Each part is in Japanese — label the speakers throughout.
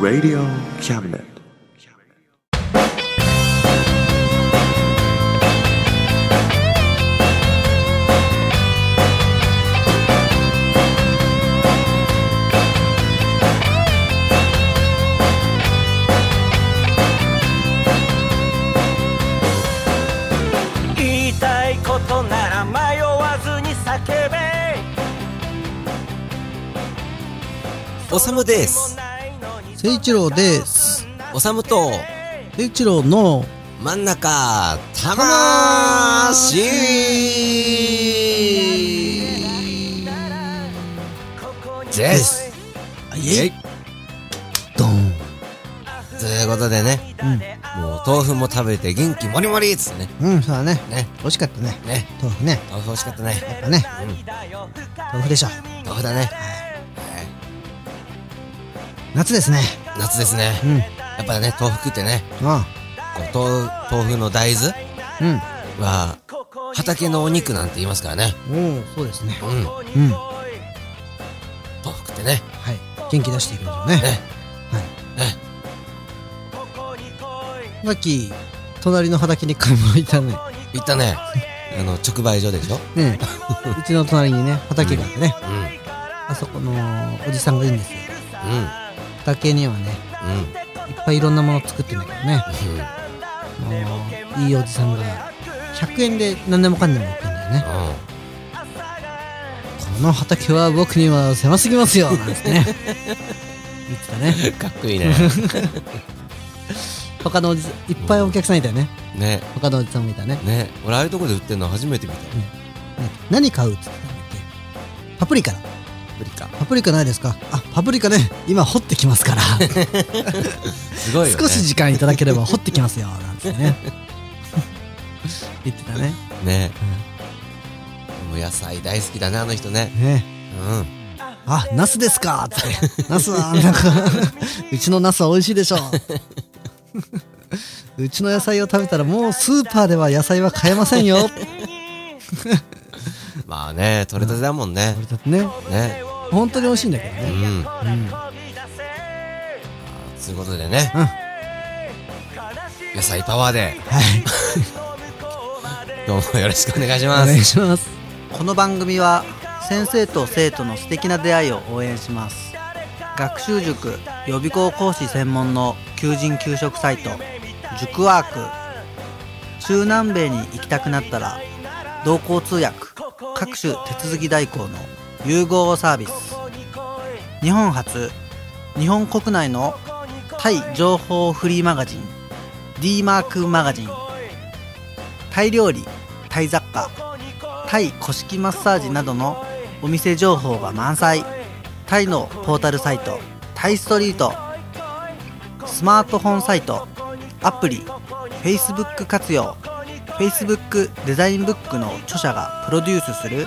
Speaker 1: Radio Cabinet.
Speaker 2: 言いたいことなら迷わずに叫べ
Speaker 3: おさむです
Speaker 4: 誠一郎です
Speaker 3: おさむと
Speaker 4: 聖一郎の
Speaker 3: 真ん中たましです
Speaker 4: イエイドン
Speaker 3: ということでね、もう豆腐も食べて元気もりもりっつってね
Speaker 4: うんそうだね
Speaker 3: ね
Speaker 4: 美味しかったね
Speaker 3: ね
Speaker 4: 豆腐ね
Speaker 3: 豆腐欲しかったね
Speaker 4: やっぱね豆腐でしょ
Speaker 3: 豆腐だね、
Speaker 4: 夏ですね
Speaker 3: 夏ですね、
Speaker 4: うん
Speaker 3: やっぱね豆腐食ってね
Speaker 4: あ
Speaker 3: こう豆豆腐の大豆
Speaker 4: あうん
Speaker 3: は畑のお肉なんて言いますからね
Speaker 4: おおそうですね
Speaker 3: うん
Speaker 4: うんは
Speaker 3: 豆腐食ってね
Speaker 4: い元気出していきましょうね
Speaker 3: ね
Speaker 4: はいさっき隣の畑に買い物行ったね
Speaker 3: 行った ねあの直売所でしょ
Speaker 4: ね えうちの隣にね畑があってね
Speaker 3: うんうん
Speaker 4: あそこのおじさんがいいんですよ畑にはね
Speaker 3: うん
Speaker 4: いっぱいいろんなもの作ってんだけどね
Speaker 3: うん
Speaker 4: もういいおじさんが100円で何でもかんでも売ってんだよね
Speaker 3: う
Speaker 4: この畑は僕には狭すぎますよなんてね言ってたね
Speaker 3: ん、かっこいいね。
Speaker 4: 他のおじさんいっぱいお客さんいたよね
Speaker 3: ね、
Speaker 4: 他のおじさんもいたねね
Speaker 3: ね、俺ああいうとこで売ってるの初めて見た。
Speaker 4: 何買うって言ってたんだっけパプリカだ
Speaker 3: パプリカ。
Speaker 4: パプリカないですかあパプリカね今掘ってきますから
Speaker 3: すごいよね。
Speaker 4: 少し時間いただければ掘ってきま すよなんてね言ってたね
Speaker 3: ね。もう野菜大好きだね、あの人ね。
Speaker 4: ね
Speaker 3: うん。
Speaker 4: あ、ナスですかつって。ナスは、な んか、うちのナスは美味しいでしょう。うちの野菜を食べたらもうスーパーでは野菜は買えませんよ。
Speaker 3: まあね、取れたてだもん ね。
Speaker 4: 俺だってね、
Speaker 3: ね。
Speaker 4: 本当に美味しいんだけど
Speaker 3: う
Speaker 4: ね。
Speaker 3: ん。
Speaker 4: うん。
Speaker 3: そういうことでね。野菜パワーで、
Speaker 4: はい。
Speaker 3: どうもよろしくお願いし
Speaker 4: お
Speaker 3: ま
Speaker 4: 願い
Speaker 3: す。
Speaker 4: します。
Speaker 5: この番組は先生と生徒の素敵な出会いを応援します学習塾予備校講師専門の求人・求職サイト塾ワーク中南米に行きたくなったら同行通訳各種手続き代行の融合サービス日本初日本国内のタイ情報フリーマガジン d マークマガジンタイ料理タイ雑貨タイ古式マッサージなどのお店情報が満載タイのポータルサイトタイストリートスマートフォンサイトアプリ Facebook 活用 Facebook デザインブックの著者がプロデュースする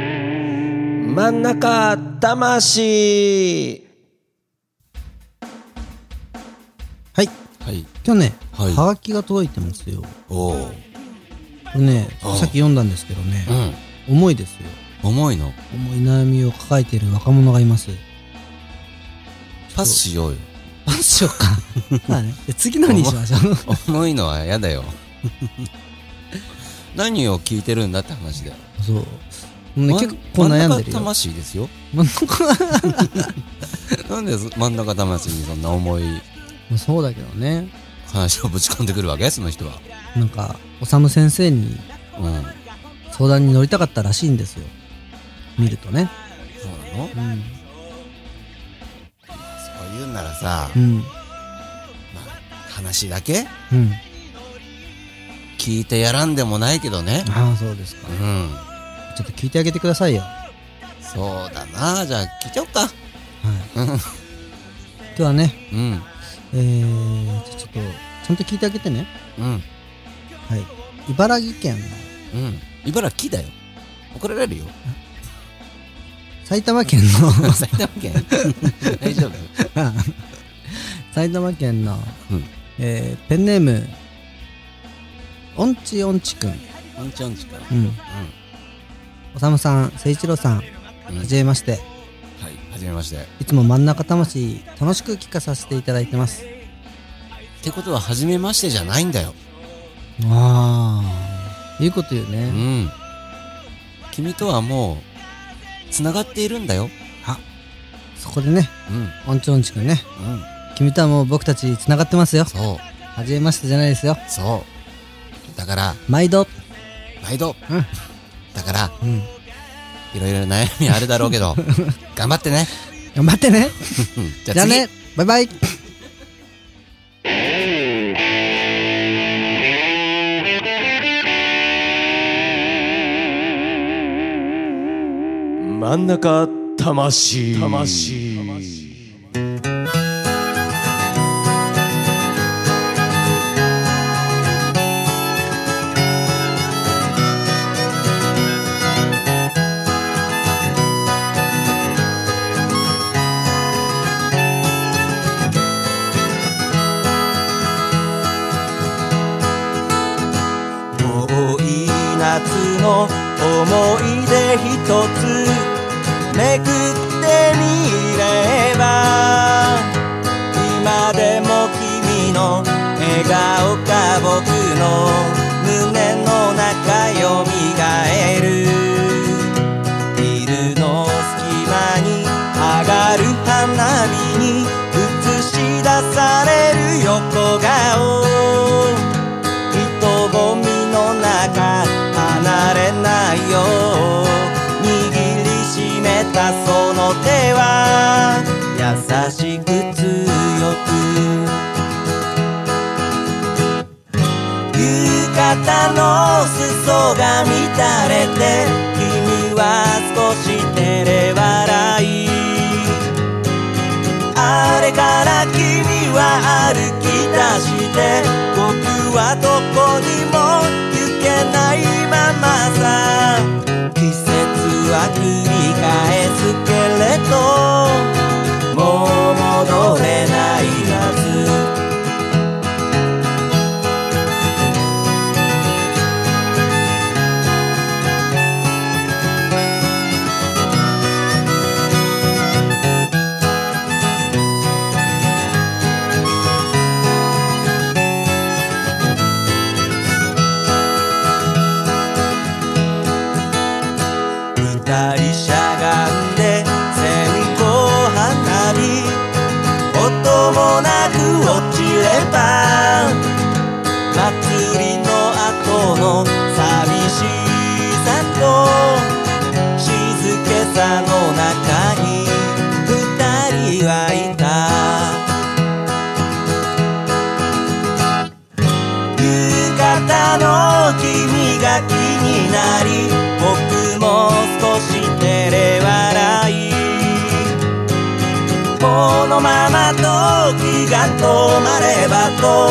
Speaker 3: 真ん中魂
Speaker 4: はい。
Speaker 3: はい。
Speaker 4: 今日ね、
Speaker 3: はい
Speaker 4: はがきが届いてますよ。
Speaker 3: おー。
Speaker 4: これね、
Speaker 3: ああ
Speaker 4: さっき読んだんですけどね
Speaker 3: う、ん。
Speaker 4: 重いですよ。
Speaker 3: 重いの。
Speaker 4: 重い悩みを抱えている若者がいます。
Speaker 3: パスしようよ。
Speaker 4: どう しようか。まあね。で次のにしましょう。
Speaker 3: 重いのは嫌 だよ。何を聞いてるんだって話だよ。
Speaker 4: そう。もうね、結構悩
Speaker 3: 真ん
Speaker 4: んでるよ
Speaker 3: 中。魂ですよ。
Speaker 4: 真ん中
Speaker 3: なんで真ん中魂にそんな重い
Speaker 4: まあそうだけどね。
Speaker 3: 話をぶち込んでくるわけその人は。
Speaker 4: なんか、おさむ先生に
Speaker 3: うん。
Speaker 4: 相談に乗りたかったらしいんですよ。見るとね。
Speaker 3: そうなの
Speaker 4: うん。
Speaker 3: そう言うんならさ
Speaker 4: う、ん。
Speaker 3: まあ、話だけ
Speaker 4: うん。
Speaker 3: 聞いてやらんでもないけどね。
Speaker 4: ああ、そうですか
Speaker 3: う。ん。
Speaker 4: ちょっと聞いてあげてくださいよ。は
Speaker 3: そうだな。じゃあ聞いちゃおっか。
Speaker 4: い。
Speaker 3: うん。
Speaker 4: ではね、
Speaker 3: うん。
Speaker 4: えー、ちょっと、ちゃんと聞いてあげてね。
Speaker 3: うん。
Speaker 4: はい。茨城県の
Speaker 3: うん。茨城だよ。怒られ るよ。
Speaker 4: 埼玉県の
Speaker 3: 埼玉 県大丈夫
Speaker 4: 埼玉県の、
Speaker 3: うん
Speaker 4: えーペンネームおんちおんちくん、
Speaker 3: おんちょんちから。
Speaker 4: う
Speaker 3: うん。
Speaker 4: ん、おさむさん誠一郎さんは
Speaker 3: うん
Speaker 4: じめまして
Speaker 3: はい。はじめまして。っ
Speaker 4: いつも真ん中魂楽しく聞かさせていただいてます
Speaker 3: てことは、はじめましてじゃないんだよ。
Speaker 4: ああいいこと言う
Speaker 3: う
Speaker 4: ね
Speaker 3: ん。君とはもう、繋がっているんだよ。
Speaker 4: そこでね
Speaker 3: うん。
Speaker 4: おんちおんちくんね
Speaker 3: うん。
Speaker 4: 君とはもう僕たち繋がってますよ
Speaker 3: そう。
Speaker 4: はじめましてじゃないですよ
Speaker 3: そう。だから、
Speaker 4: 毎度
Speaker 3: 毎度。
Speaker 4: うん
Speaker 3: だから、
Speaker 4: うん
Speaker 3: いろいろ悩みあるだろうけ ど、頑張ってね。
Speaker 4: 頑張ってね
Speaker 3: うんじ
Speaker 4: じゃあねバイバイ
Speaker 1: 真ん中魂魂
Speaker 2: 遠い夏の思い出一つめくってみれば今でも君の笑顔が僕の胸の中よみがえるビルの隙間に上がる花火に映し出される横顔人混みの中離れないよう握りしめたその手は優しく強く夕方の裾が乱れて君は少し照れ笑いあれから君は歩き出して僕はどこにも行けないままさ季節は繰り返すけれどもう戻れないはず二人しゃがんで線香花火音もなく落ちれば祭りの後の寂しさと静けさの中に二人はいた夕方の君が気になり僕も少し照れ笑いこのまま時が止まればと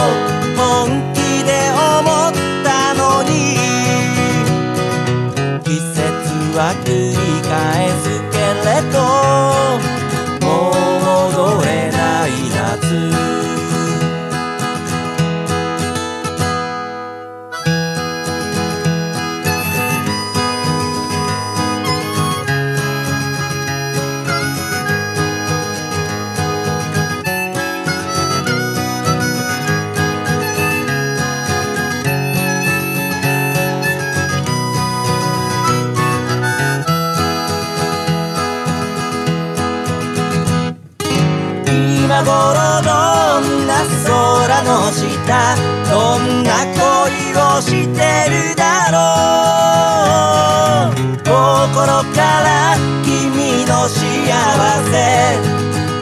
Speaker 2: 本気で思ったのに季節は繰り返すけれどもう戻れない夏今頃どんな空空の下どんな恋をしてるだろう心から君の幸せ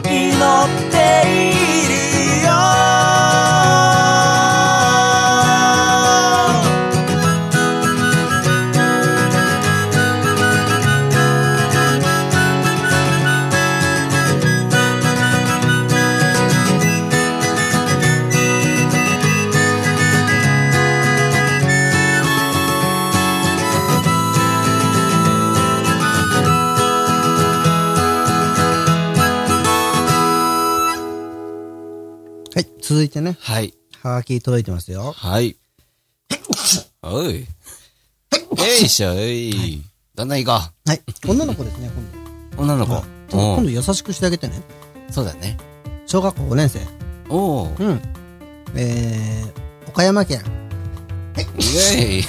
Speaker 2: 祈っているよ
Speaker 4: はい、続いてね、
Speaker 3: はい。
Speaker 4: はがき届いてますよ。
Speaker 3: はい。おい。よいしょ、おい。だんだんいこ
Speaker 4: はい、女の子ですね、
Speaker 3: う。女の
Speaker 4: 今
Speaker 3: 子
Speaker 4: 度。ちょっと
Speaker 3: う
Speaker 4: 今
Speaker 3: ん
Speaker 4: 度優しくしてあげてね。
Speaker 3: そうだね。
Speaker 4: 小学校5年生。
Speaker 3: おう。
Speaker 4: うん。えー、岡山県、
Speaker 3: イェイ。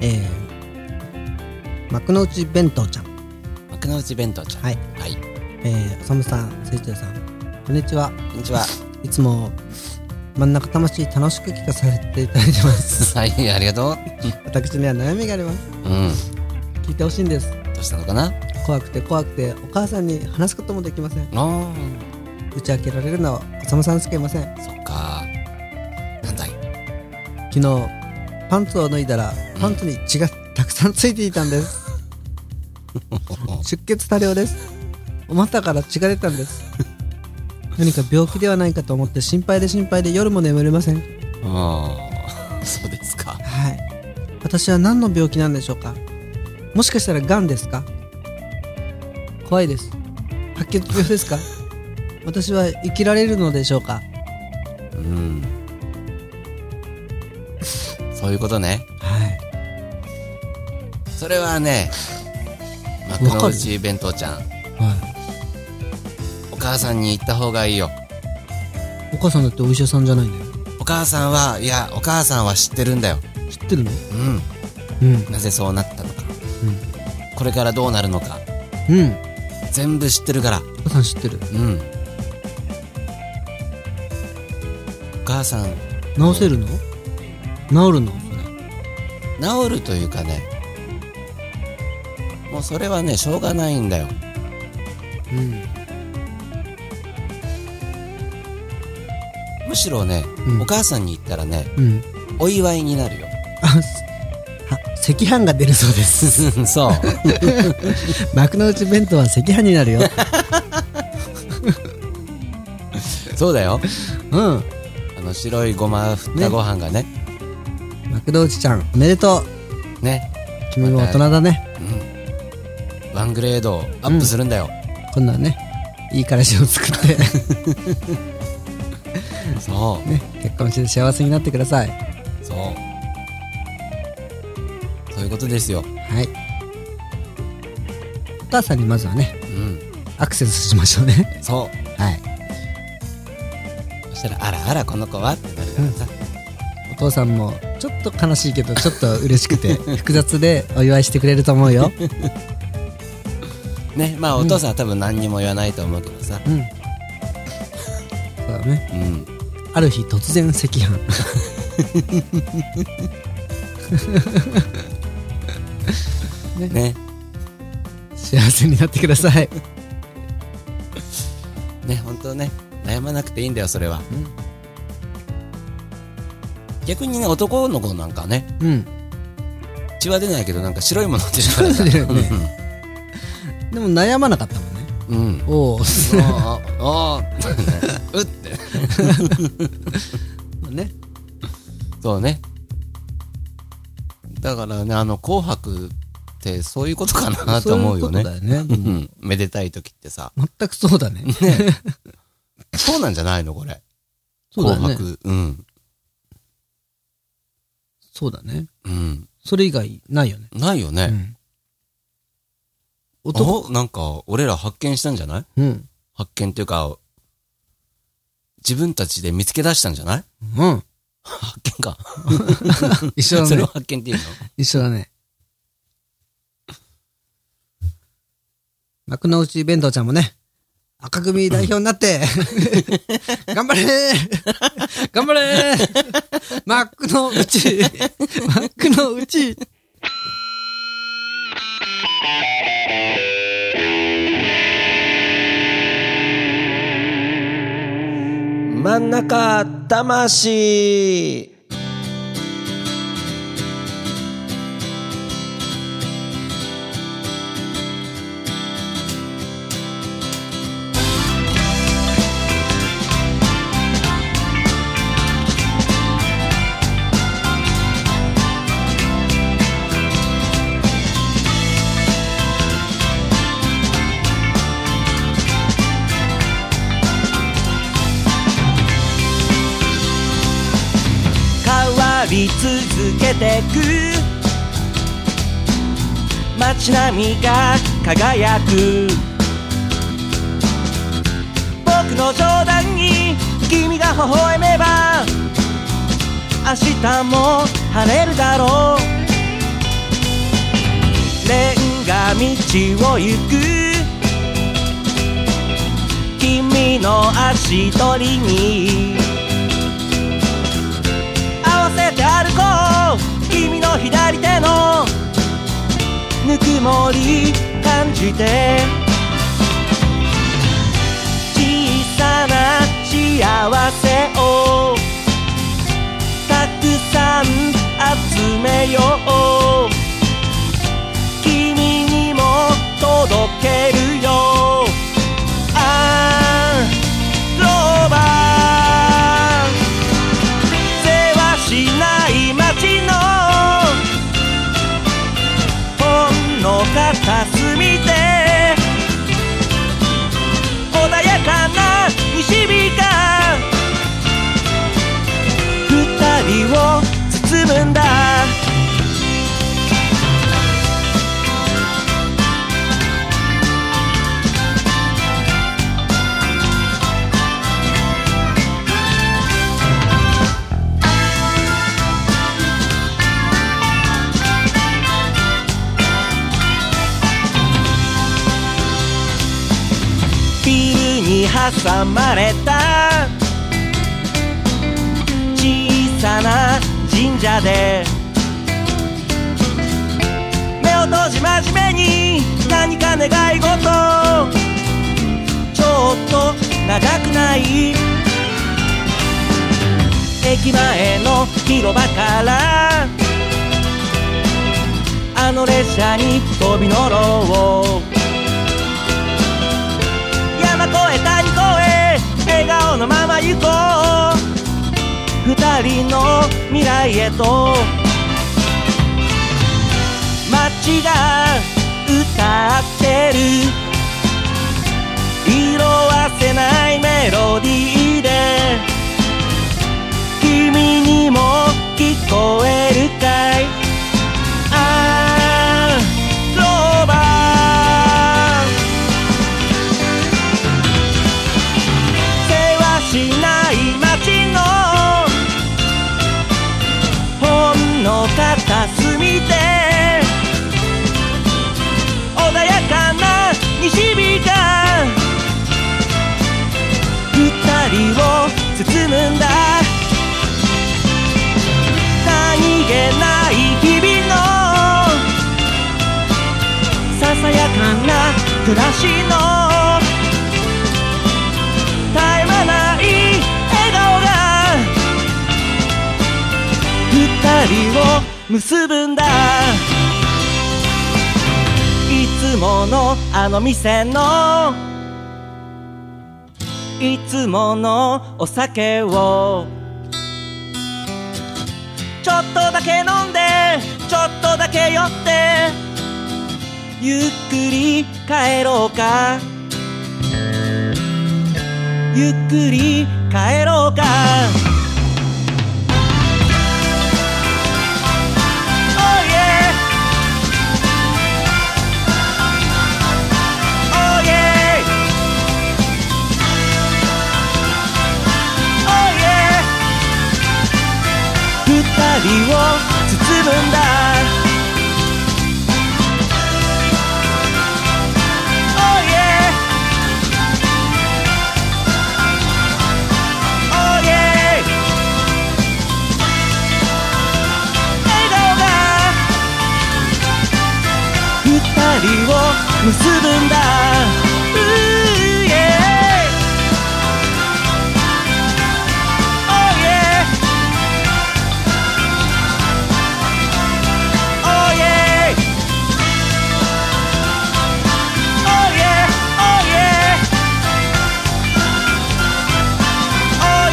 Speaker 4: えー、幕の内弁当ちゃん。
Speaker 3: 幕の内弁当ちゃん。
Speaker 4: はい。
Speaker 3: はい。こ
Speaker 4: えー、浅野さん、清中さん、こんにちは。
Speaker 3: んにちは。
Speaker 4: いつも、真ん中魂楽しく聞かさせていただいて ます。
Speaker 3: はい、ありがとう。
Speaker 4: 私には悩みがあります。
Speaker 3: うん。
Speaker 4: 聞いてほしいんです。
Speaker 3: どうしたのかな
Speaker 4: 怖くて怖くて、お母さんに話すこともできません。
Speaker 3: あ
Speaker 4: 打ち明けられるのは、浅野さんしかいません。
Speaker 3: あ、そっか。なんだい。
Speaker 4: 昨日パンツを脱いだらパンツに血がたくさんついていたんです、出血多量ですお股から血が出たんです何か病気ではないかと思って心配で心配で夜も眠れません
Speaker 3: ああ、そうですか。
Speaker 4: はい私は何の病気なんでしょうかもしかしたら癌ですか怖いです白血病です か私は生きられるのでしょうか
Speaker 3: うん。そういうことね。
Speaker 4: はい
Speaker 3: それはね、幕の内弁当ちゃん、
Speaker 4: は
Speaker 3: お母さんに言った方がいいよ。
Speaker 4: いお母さんだってお医者さんじゃないんだよ
Speaker 3: お母さんは、いや、お母さんは知ってるんだよ。
Speaker 4: 知ってるの
Speaker 3: う
Speaker 4: うん
Speaker 3: ん。なぜそうなったのか。これからどうなるのか。
Speaker 4: うん
Speaker 3: 全部知ってるから。
Speaker 4: お母さん知ってる
Speaker 3: うん。お母さん、治
Speaker 4: 治せるの治るの
Speaker 3: るというかね、もうそれはね、しょうがないんだよ。
Speaker 4: それうん
Speaker 3: むしろね、
Speaker 4: うん
Speaker 3: お母さんに言ったらね、
Speaker 4: うん
Speaker 3: お祝いになるよ。
Speaker 4: あすあ赤飯が出るそうです
Speaker 3: そう。
Speaker 4: 幕の内弁当は赤飯にな るよ
Speaker 3: そうだよ。
Speaker 4: うん
Speaker 3: あの白いごま振ったご飯がね、
Speaker 4: 幕の内ちゃんおめでとう
Speaker 3: ね、
Speaker 4: 君も大人だね
Speaker 3: ワングレードアップするんだよ。
Speaker 4: 今度はねいい彼氏を作って
Speaker 3: そ、
Speaker 4: ね結婚して幸せになってくださいう
Speaker 3: そう。そういうことですよ。
Speaker 4: はいお母さんにまずはね
Speaker 3: うん、
Speaker 4: アクセスしましょうね
Speaker 3: そ
Speaker 4: はい、
Speaker 3: う。そしたら、あらあら、この子はってなるからさ。
Speaker 4: お父さんもちょっと悲しいけどちょっと嬉し くて複雑でお祝いしてくれると思うよ
Speaker 3: ね、まあお父さんは多分何にも言わないと思うけどさ。
Speaker 4: うんそうだね
Speaker 3: うん。
Speaker 4: ある日突然赤飯
Speaker 3: ね、
Speaker 4: 幸せになってください
Speaker 3: ね、本当ね、悩まなくていいんだよ、それは。逆にね、男の子なんかね、
Speaker 4: うん
Speaker 3: 血は出ないけど、なんか白いものってしまうか
Speaker 4: そう
Speaker 3: ら
Speaker 4: だよねでも悩まなかったもんね
Speaker 3: うん。うん。
Speaker 4: おお
Speaker 3: あーあー、うって。
Speaker 4: ね
Speaker 3: そうね。だからね、あの、紅白ってそういうことかなと思うよね。
Speaker 4: そういうことだよね
Speaker 3: うんめでたい時ってさ。
Speaker 4: 全くそうだね
Speaker 3: そうなんじゃないのこれ。
Speaker 4: そうだ
Speaker 3: 紅
Speaker 4: ね
Speaker 3: 白。うん。
Speaker 4: そうだね
Speaker 3: うん。
Speaker 4: それ以外ないよね、
Speaker 3: ないよね。
Speaker 4: うん、男
Speaker 3: おなんか、俺ら発見したんじゃない
Speaker 4: うん
Speaker 3: 発見っていうか、自分たちで見つけ出したんじゃない
Speaker 4: うん
Speaker 3: 発見か。
Speaker 4: 一緒
Speaker 3: そ
Speaker 4: だ
Speaker 3: れを
Speaker 4: ね
Speaker 3: 発見っていうの
Speaker 4: 一緒だね幕の内弁当ちゃんもね赤組代表になって、頑張れー頑張れーマックのうち、マックのうち。
Speaker 2: 真ん中魂変わり続けてく街並みが輝く僕の冗談に君が微笑めば明日も晴れるだろうレンガ道を行く君の足取りに合わせて歩こう君の左手のぬくもり感じて小さな幸せをたくさん集めよう君にも届けるよあローバーせはしない街のほんの片隅で穏やかな西日が二人を包むんだビルに挟まれた小さな神社で目を閉じ真面目に何か願い事ちょっと長くない駅前の広場からあの列車に飛び乗ろう山越え谷越え笑顔のまま行こう二人の未来へと街が歌ってる色あせないメロディーで君にも聞こえるかいあーローバーせはしない街のほんの片隅で穏やかな西日が二人を包むんだ何気ない日々のささやかな暮らしの絶え間ない笑顔が二人を結ぶんだいつものあの店のいつものお酒をちょっとだけ飲んでちょっとだけ酔ってゆっくり帰ろうかゆっくり帰ろうかおいえおいえおいえ二人を包むんだおいえ Oh yeah! Oh, 結ぶんだ Ooh, yeah. Oh, yeah. Oh, yeah. Oh, yeah. Oh, yeah. Oh, yeah.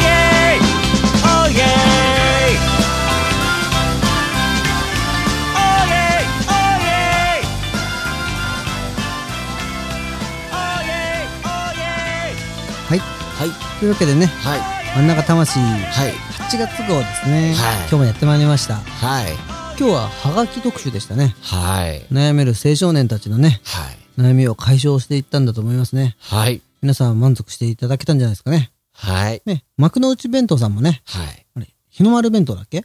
Speaker 2: Oh, yeah. Oh yeah, oh yeah. Oh yeah, oh yeah.
Speaker 3: はい
Speaker 4: というわけでね
Speaker 3: はい
Speaker 4: 真ん中魂
Speaker 3: はい
Speaker 4: 8月号ですね、
Speaker 3: はい
Speaker 4: 今日もやってまいりました
Speaker 3: はい
Speaker 4: 今日はハガキ特集でしたね
Speaker 3: はい
Speaker 4: 悩める青少年たちのね
Speaker 3: はい
Speaker 4: 悩みを解消していったんだと思いますね
Speaker 3: はい
Speaker 4: 皆さん満足していただけたんじゃないですかね
Speaker 3: はい
Speaker 4: ね幕の内弁当さんもね
Speaker 3: はい
Speaker 4: あれ日の丸弁当だっけ、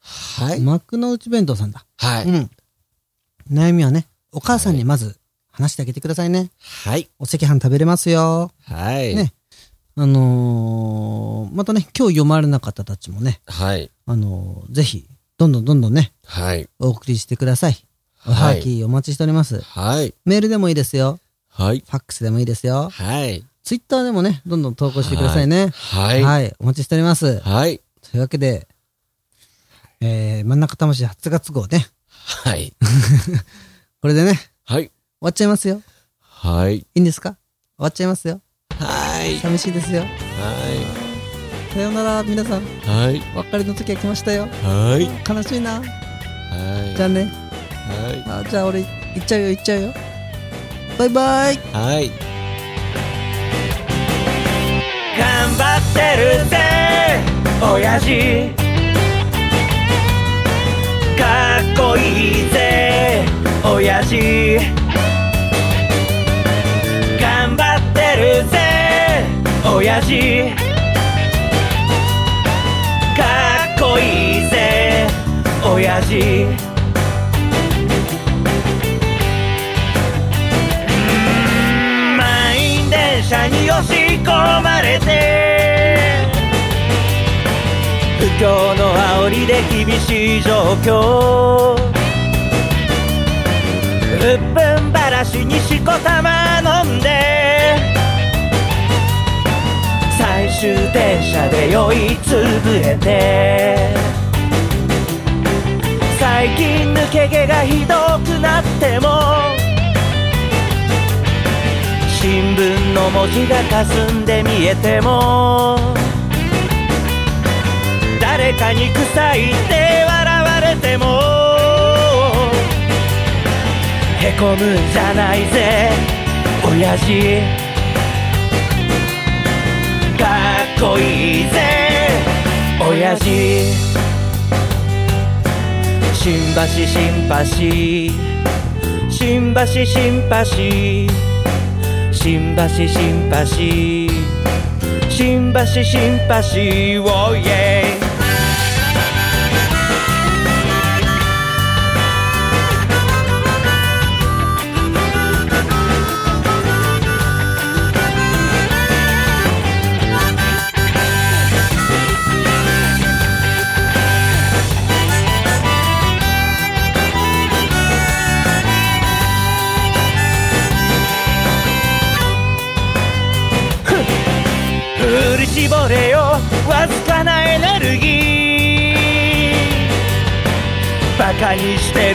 Speaker 3: はい
Speaker 4: 幕の内弁当さんだ
Speaker 3: は
Speaker 4: う
Speaker 3: い
Speaker 4: ん悩みはねお母さんにまず話してあげてくださいね
Speaker 3: はい
Speaker 4: お赤飯食べれますよ
Speaker 3: はい
Speaker 4: ねあのー、またね今日読まれなかったたちもね
Speaker 3: はい
Speaker 4: あのー、ぜひどんどんどんどんね
Speaker 3: はい
Speaker 4: お送りしてください。お
Speaker 3: は
Speaker 4: はいがきお待ちしております。
Speaker 3: はい
Speaker 4: メールでもいいですよ。
Speaker 3: はい
Speaker 4: ファックスでもいいですよ。
Speaker 3: はい
Speaker 4: ツイッターでもね、どんどん投稿してくださいね。
Speaker 3: は
Speaker 4: はいい、お待ちしております。
Speaker 3: はい
Speaker 4: というわけで、えー、真ん中魂8月号ね。
Speaker 3: はい
Speaker 4: これでね、終
Speaker 3: はい
Speaker 4: わっちゃいますよ。
Speaker 3: はい
Speaker 4: いいんですか終わっちゃいますよ。
Speaker 3: はい
Speaker 4: 寂しいですよ。
Speaker 3: は
Speaker 4: さようなら、皆さん。
Speaker 3: いはい
Speaker 4: お別れの時が来ましたよ。
Speaker 3: はい
Speaker 4: 悲しい
Speaker 3: は
Speaker 4: な。
Speaker 3: い
Speaker 4: じゃあね。
Speaker 3: は
Speaker 4: あじゃあ俺、行っちゃうよ、行っちゃうよ。バイバイ。
Speaker 3: いはい
Speaker 2: 頑張ってるぜ親父かっこいいぜ親父頑張ってるぜ親父かっこいいぜ親父満員電車に押し込まれて不況の煽りで厳しい状況うっぷんばらしにしこたま飲んで最終電車で酔いつぶれて最近抜け毛がひどくなっても新聞の文字が霞んで見えても誰かに臭いって笑われてもへこむんじゃないぜ親父かっこいいぜ親父新橋新橋新橋新橋新橋新橋新橋新橋をイエイ振り絞れよわずかなエネルギーバカにして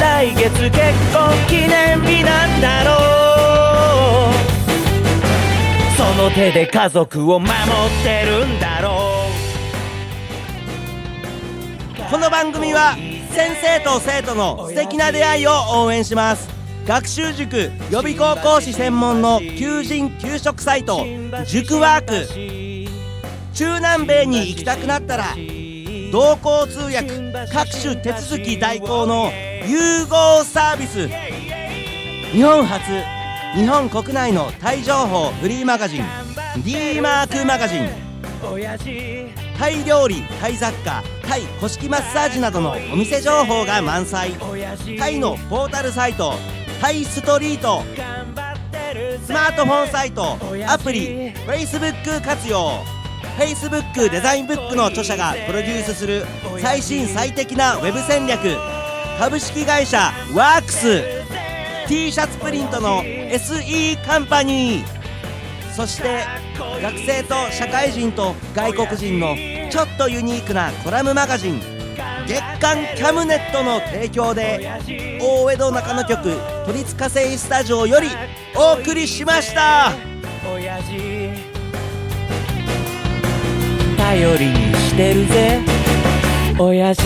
Speaker 2: 来月結婚記念日なんだろうその手で家族を守ってるんだろう
Speaker 6: この番組は先生と生徒の素敵な出会いを応援します学習塾予備校講師専門の求人・給食サイト塾ワーク
Speaker 2: ク
Speaker 6: 中南米に行きたくなったら同行通訳各種手続き代行の融合サービス日本初
Speaker 3: 日本国内のタイ情報フリーマガジン D マークマガジンタイ料理タイ雑貨タイ古式マッサージなどのお店情報が満載タイのポータルサイトタイストリートスマートフォンサイトアプリ Facebook 活用 Facebook デザインブックの著者がプロデュースする最新最適なウェブ戦略株式会社ワークス t シャツプリントの SE カンパニーそして学生と社会人と外国人のちょっとユニークなコラムマガジン月刊キャムネットの提供で大江戸中野局都立火星スタジオよりお送りしました
Speaker 2: 頼りにしてるぜ親父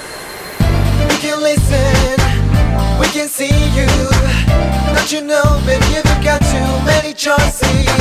Speaker 7: 「Don't you know, baby, you've got too many choices